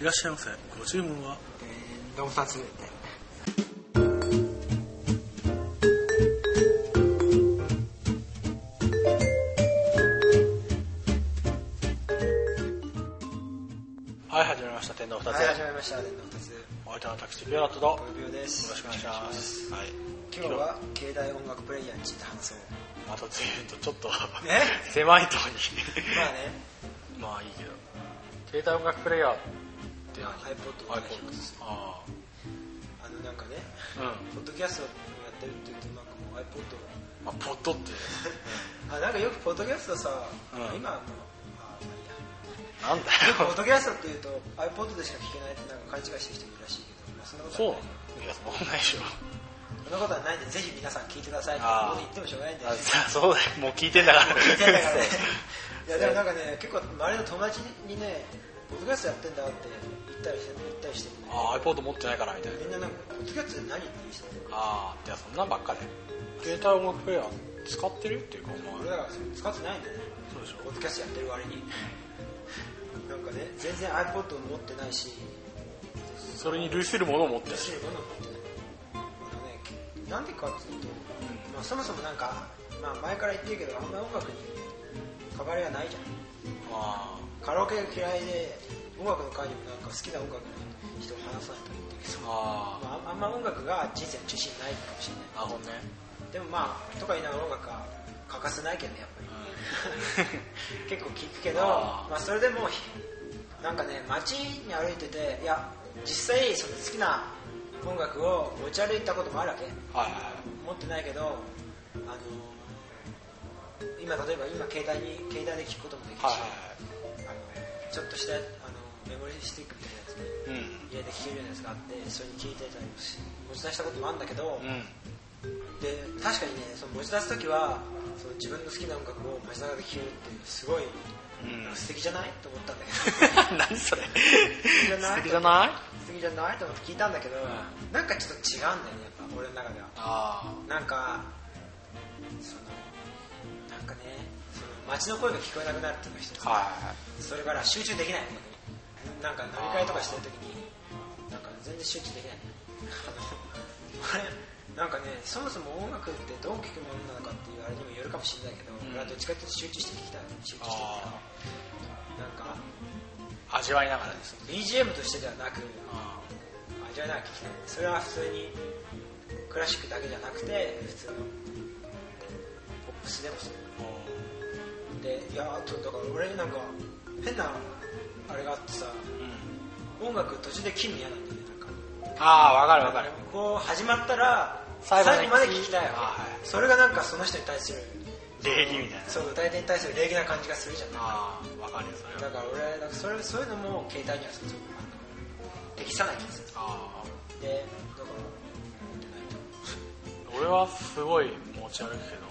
いらっしゃいませご注文はえー、ドンパチではい始めました天皇2つ、はい始まりましたドンパチお相手は私ビオラットとよ5秒ですろしくお願いしますはい今日は携帯音楽プレイヤーについて話そうまた随分とちょっとね狭いとこまあねに まあいいけど携帯音楽プレイヤーって何 iPod を iPod 話しますああのなんかねあうんポッドキャストをやってるって言うとなんかもう iPod をまあポットってあなんかよくポッドキャストさ、うん今あのあまあいいや なんだポよッドキャストっていうと iPod でしか聞けないってなんか勘違いしてる人いるらしいけどまあそんなことそうはないやそんなことないでしょいそんなことはないんでぜひ皆さん聞いてくださいってあー言ってもしょうがないんであ そうだよもう聞いてんだから聞いてんだからねいやでもなんかね結構周りの友達にねポッドキャストやってんだって言ったりして言ったりしてもね ああ iPod 持ってないからみたいなみんななんかポッドキャストって何って言う人もああじゃあそんなんばっかで携帯音楽プレイヤー使ってるっていうかお俺前らがそれ使ってないんだよねそうでしポッドキャストやってる割になんかね全然 iPod 持ってないしそれに類するものを持ってるしいもの持ってないあのねなんでかっていうと、まあ、そもそもなんか、まあ、前から言ってるけどあんま音楽に関わりはないじゃんあカラオケが嫌いで音楽の会にもなんか好きな音楽の人を話さないといいんだけどー、あまあ、あんま音楽が人生の中心にないかもしれーなるほどねないでもまあとか言いながら音楽は欠かせないけどねやっ ぱり結構聞くけどあーまあ、それでもひなんかね街に歩いてていや実際その好きな音楽を持ち歩いたこともあるわけはいはい持ってないけどあの今例えば今携帯に携帯で聞くこともできるし、はいあのちょっとしたあのメモリスティックみたいなやつねはいはい家で聴けるようなやつがあってそれに聴いてたりもし持ち出したこともあるんだけど、うんうんで確かにねその持ち出す時はその自分の好きな音楽を街中で聴けるっていうすごうい、んなんか素敵じゃないと思ったん だ何けそれど素敵じゃない素敵じゃないと思って聞いたんだけど、んなんかちょっと違うんだよねやっぱ俺の中ではあなんかそのなんかねその街の声が聞こえなくなるっていうのが一つあはそれから集中できないのなんか飲み会とかしてる時になんか全然集中できない あの俺なんかねそもそも音楽ってどう聴くものなのかっていうあれにもよるかもしれないけど、ん俺はどっちかっていうと集中して聴きたい集中して聴あきたいなんかいはい味わいながらですね BGM としてではなくあ味わいながら聴きたいそれは普通にクラシックだけじゃなくて普通のポップスでもそうーうでいやあとだから俺なんか変なあれがあってさん音楽途中で切るの嫌なんだよねなんかああわかるわかるこう始まったら最最後後までまで聞きたいよ、あはいそれがなんかその人に対する礼儀みたいなそう歌い手に対する礼儀な感じがするじゃんああわかるよそれだはから俺なんかそれそういうのも携帯にはそうそうあの適さない気がするああでだから俺はすごい持ち歩くけど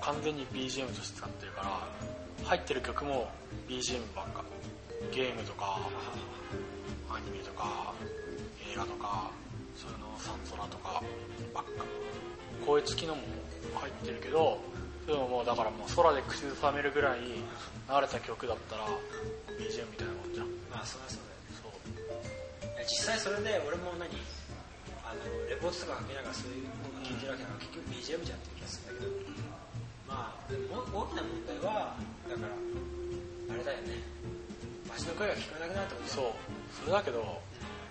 完全に BGM として使ってるから入ってる曲も BGM ばっかゲームとかアニメとか映画とかそういうのサンソラとかばっか声付きのも入ってるけどそういうのもだからもう空で口ずさめるぐらい流れた曲だったら BGM みたいなもんじゃんまあそりゃそうだそうよねいや実際それで俺も何あのレポートとか書きながらそういうのを聞いてるわけだから結局 BGM じゃんっていう気がするんだけどまあでも大きな問題はだからあれだよね街の声が聞こえなくなるってことだよねそうそれだけど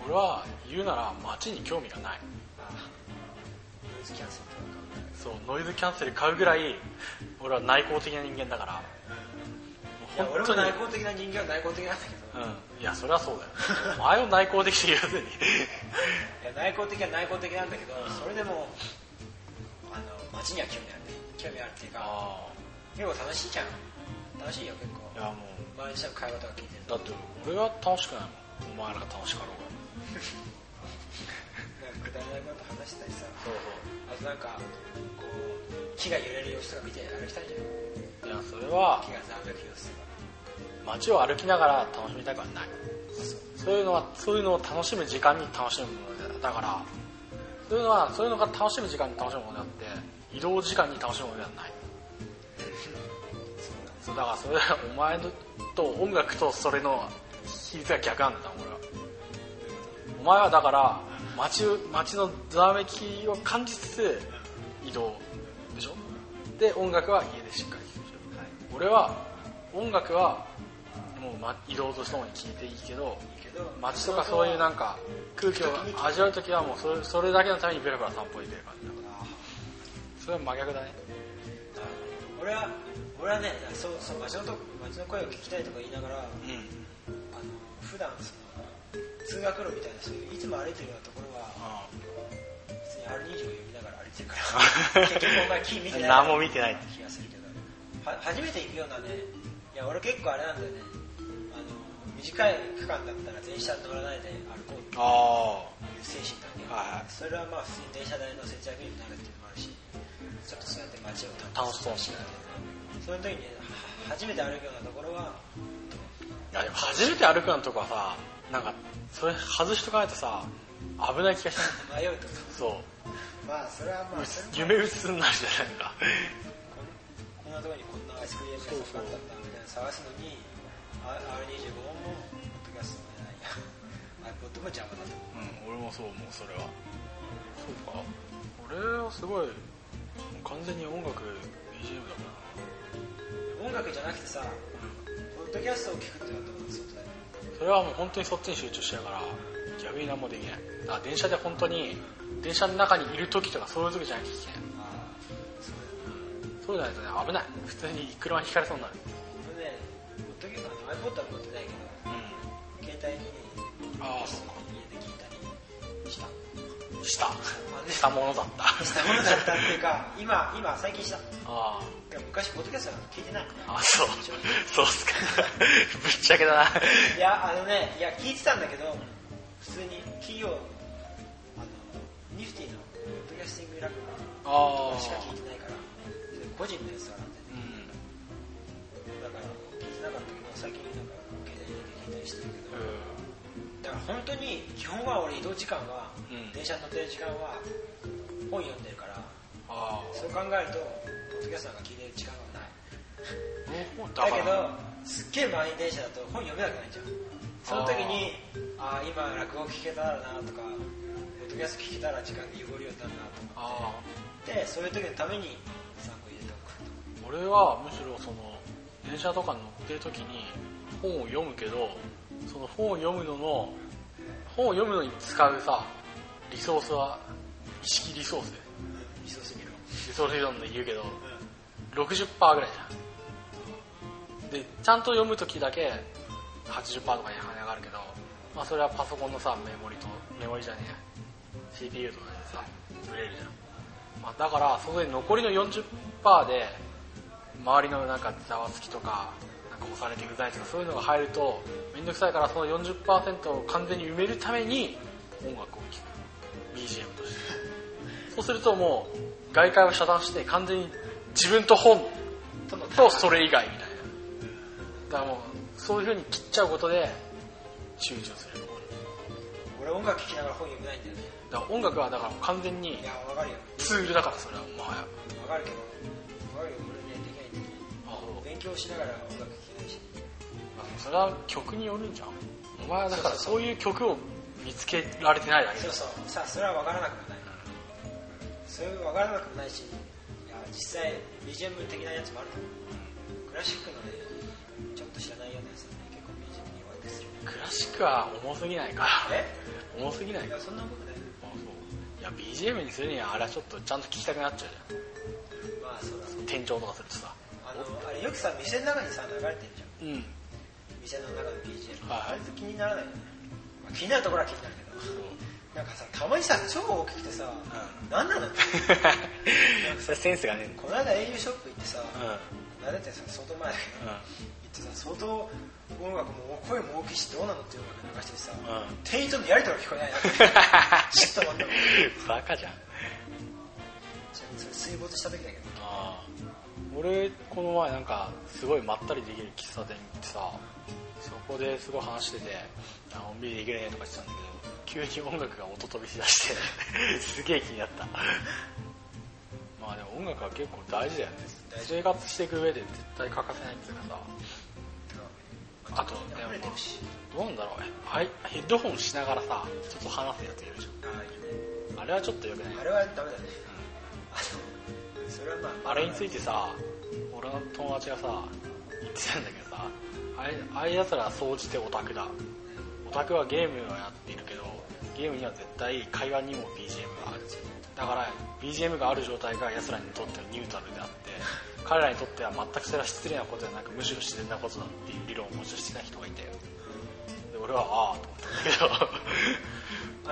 俺は言うなら街に興味がないあノイズキャンセルとか考そうえノイズキャンセル買うぐらい俺は内向的な人間だからいや俺も内向的な人間は内向的なんだけうんいどやそれはそうだ よお前を内向的って言わずにいや内向的は内向的なんだけどそれでもあの街には興味あるね興味あるっていうかあ結構楽しいじゃん楽しいよ結構あいやも周りの人の会話とか聞いてるうとだって俺が楽しくないもんお前らが楽しかろうなんかくだらないこと話したりさがそうあとなんかこう木が揺れる様子とか見て歩きたいじゃんそういやそれは木がざわめく様子とか街を歩きながら楽しみたくはないそういうのはそういうのを楽しむ時間に楽しむものだだからそういうのはそういうのが楽しむ時間に楽しむものであって移動時間に楽しむものではないそそううだねだからそれはお前のと音楽とそれの比率が逆なんだ俺はお前はだから街街のざわめきを感じつつ移動でしょで音楽は家でしっかり聴くでしょはい俺は音楽はもう、ま、移動とともに聴いていいけどいいけど街とかそういうなんか空気を味わう時はもうそれそれだけのためにベラベラ散歩に出る感じだかあらそれは真逆だねー俺は俺はねそうそう街のと街の声を聞きたいとか言いながらうんあの普段その通学路みたいなそういういつも歩いてるようなところは別に R24 読みながら歩いてるから結局お前木見てない何も見てない気がするけどは初めて行くようなねいや俺結構あれなんだよねあの短い区間だったら電車に乗らないで歩こうってああいう精神だけ、はいはいそれはまあ普通に電車代の節約にもなるっていうのもあるしちょっとそうやって街を楽しそうしなその時にねは初めて歩くようなところはいやでも初めて歩くのとかはさなんかそれ外しとかないとさ危ない気がしない迷うとかそまあそれはまうあそれも夢うつになるじゃないかこんなとこにこんなアイスクリーム屋さんがあったんだみたいな探すのにあ R25 もポッドキャストもじゃないや iPod も邪魔だとうん俺もそう思うそれはそうか俺はすごいもう完全に音楽 BGM だから音楽じゃなくてさポッドキャストを聞くってなったことそうだよねなそれはもう本当にそっちに集中してるから逆に何もできないだから電車で本当に電車の中にいる時とかそういう時じゃなきゃいけないああそうだよそうじゃないとね危ない普通に車にひかれそうになる俺ねポッドキャストあの iPod は持ってないけうんど携帯にねああそうか家で聞いたりしたしたねしたものだったしたものだったっていうか今今最近したいあや昔ポッドキャストなんか聞いてないああそうそうっすかぶっちゃけだないやあのねいや聞いてたんだけど普通に企業あのニフティのポッドキャスティングラックあしか聞いてないからで個人のやつはなんてうねんだから聞いてなかったけど最近なんか携帯で聞いたりしてるけどだから本当に基本は俺移動時間は、うん電車に乗ってる時間は本読んでるからあそう考えるとポッドキャストなんか聞いてる時間はなあいだかだけらどすっげえ満員電車だと本読めなくなっちゃうその時にああー今落語聞けたらなとかポッドキャスト聞けたら時間が汚れようになるなと思ああってそういう時のために参考入れておくと俺はむしろその電車とかに乗ってる時に本を読むけどその本を読むのの本を読むのに使うさリソースは意識リソースで理想すぎるリソース理論で言うけど60%ぐらいじゃんでちゃんと読む時だけ80%とかに跳ね上がるけど、まあ、それはパソコンのさメモリとメモリじゃねえ CPU とかでさ売れるじゃん、まあ、だからそこで残りの40%で周りのなんかざわつきとかなんか押されてうざいとかそういうのが入ると面倒くさいからその40%を完全に埋めるために音楽を聴く BGM としてそうするともう外界を遮断して完全に自分と本とのとそれ以外みたいなだからもうそういう風に切っちゃうことで集中する俺音楽聞きながら本読めないんだよねだから音楽はだから完全にいやわかるよツールだからそれはもはやわかるけどわかるよ俺ねできないんだよねあそう勉強しながら音楽聴けないしそれは曲によるんじゃんお前はだからそういう曲を見つけられてないだけそうそうさあそれは分からなくもないそれは分からなくもないしいや実際 BGM 的なやつもあると思うクラシックのねちょっと知らないようなやつはね結構 BGM に弱いでするクラシックは重すぎないかえ重すぎないいかやそんなことないあそういや BGM にするにはあれはちょっとちゃんと聴きたくなっちゃうじゃんまあそうだ転調とかするとさあのあれよくさ店の中にさ流れてるじゃうんん店の中の BGM はいはいあれ気にならないよね、まあ、気になるところは気になるけどなんかさたまにさ超大きくてさ、なん、何なの それセンスがねこの間 au ショップ行ってさ、うんうん慣れてさ相当前だけど言ってさ相当音楽も声も大きいしどうなのっていう音楽流しててさ、うん店員とのやりとり聞こえないな ちょっと待ってバカじゃんちなみにそれ水没した時だけどああ俺この前なんかすごいまったりできる喫茶店行ってさそこですごい話してて「あのんびりできるね」とかしてたんだけど急に音楽が音飛びしだして すげえ気になったまあでも音楽は結構大事だよね大事生活していく上で絶対欠かせないっていうかさてかあと流れてるしどうなんだろうねはいヘッドホンしながらさちょっと話すやついるじああいいねゃんあれはちょっとよくないあれはダメだねあのそれはまああれについてさ俺の友達がさ言ってたんだけどさあれああいうやつらは総じてオタクだオタクはゲームをやっているけどゲームには絶対会話にも BGM があるだから BGM がある状態が奴らにとってはニュートラルであって彼らにとっては全くそれは失礼なことではなくむしろ自然なことだっていう理論を持ち出してない人がいてで俺はああと思っ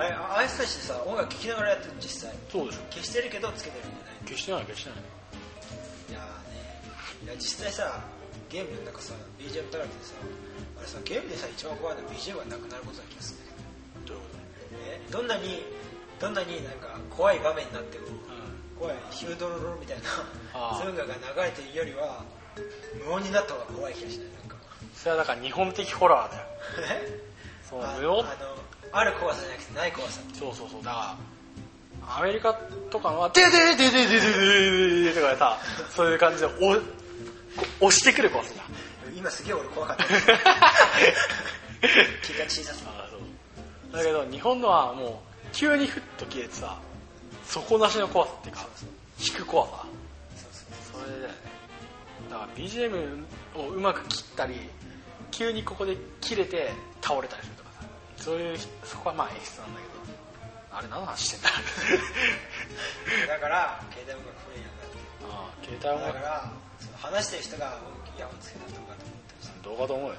たんだあれああいう人たちってさ音楽聴きながらやってる実際けど そうでしょ消してるけどつけてるんじゃない決してない決してないいやーねいや実際さゲームの中さ BGM 流れてさあれさゲームでさ一番怖いのは BGM がなくなることな気がすどういうこるんだよねどんなにどんなになんか怖い場面になってもと怖いヒュードロロみたいあーなそういうのが流れてるよりは無音になった方が怖い気がしないなんかそれはだから日本的ホラーだよえ そうあ無音あのある怖さじゃなくてない怖さそうそうそうだからアメリカとかは「でででででででで」とかでさそういう感じでおこう押してくるコースじゃん今すげえ俺怖かった気が小さすあそうだけど日本のはもう急にふっと消えてさ底なしの怖さっていうか引く怖さそうそうそれだよねだから BGM をうまく切ったり急にここで切れて倒れたりするとかさそういうそこはまあ演出なんだけどあれ何の話してん だだから携帯音楽不利なんだってああ携帯音だ楽からその話してる人がイヤホンつけたとかと思ってましたどうかと思うよ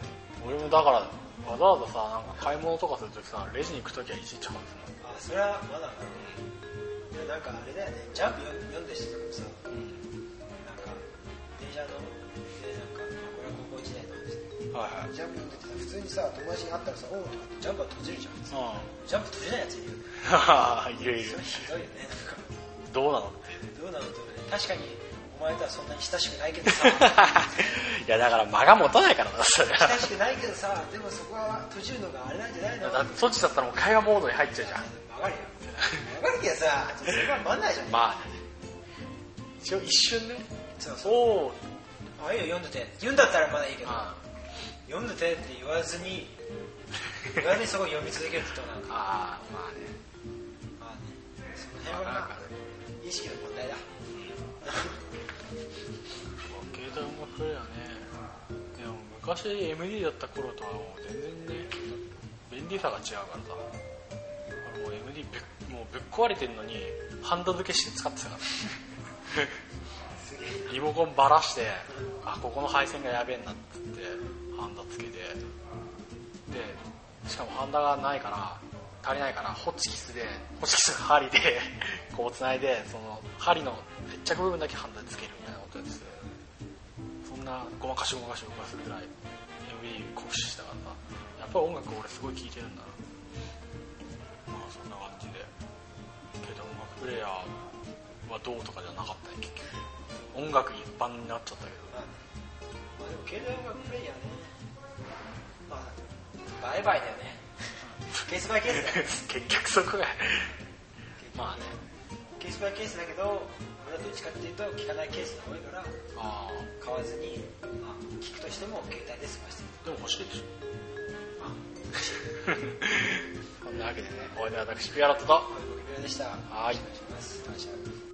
俺もだからわざわざさなんか買い物とかするときさレジに行くときはいちいち話すあそれはまだなのになんかあれだよねジャンプ読読んでる人とかもさるなんか電車のでなんかこれは高校時代なんですけうんはいはいどジャンプ読んでてさ普通にさ友達に会ったらさ「おう」とかってジャンプは閉じるじゃんジャンプ閉じないやついるよねうん いるいそるれひどいよねなんかどうなのって どうなのと思うね確かにお前とはそんなに親しくないけどさいやだから間が持たないからなそれは 親しくないけどさでもそこは閉じるのがあれなんじゃないのだってそっちだったらもう会話モードに入っちゃうじゃん曲がるよ曲がるけどさそれは回んないじゃんまあね一応一瞬ねそうそうおおあいいよ読んでて言うんだったらまだいいけどあ読んでてって言わず に言わずにそこ読み続けるってとなんかあーまあねまあねその辺はまあなんかまあ意識の問題だ携帯音楽プレイヤーねでも昔 MD だった頃とはもう全然ね便利さが違うからさ俺もう MD ぶっもうぶっ壊れてんのにハンダ付けして使ってたからリモコンばらしてあここの配線がやべえなっつってハンダ付けてでしかもハンダがないから足りないからホッチキスでホッチキスの針でこう繋いでその針の接着部分だけハンダにつけるみたいなことやっててそんなごまかしごまかしごまかすぐらい MV 酷使したからさやっぱ音楽俺すごい聴いてるんだなまあそんな感じでけど音楽プレイヤーはどうとかじゃなかったね結局音楽一般になっちゃったけどまあねまあでも携帯音楽プレイヤーねまあバイバイだよねケースバイケースだよ結局そこが まあねケースバイケースだけど俺はどっちかっていうと聞かないケースが多いからああ買わずに、まあ、聞くとしても携帯で済ませてるでも欲しいで しょこんなわけでねお相手は私ピアロットとはい僕ビラでしたはいお願いします感謝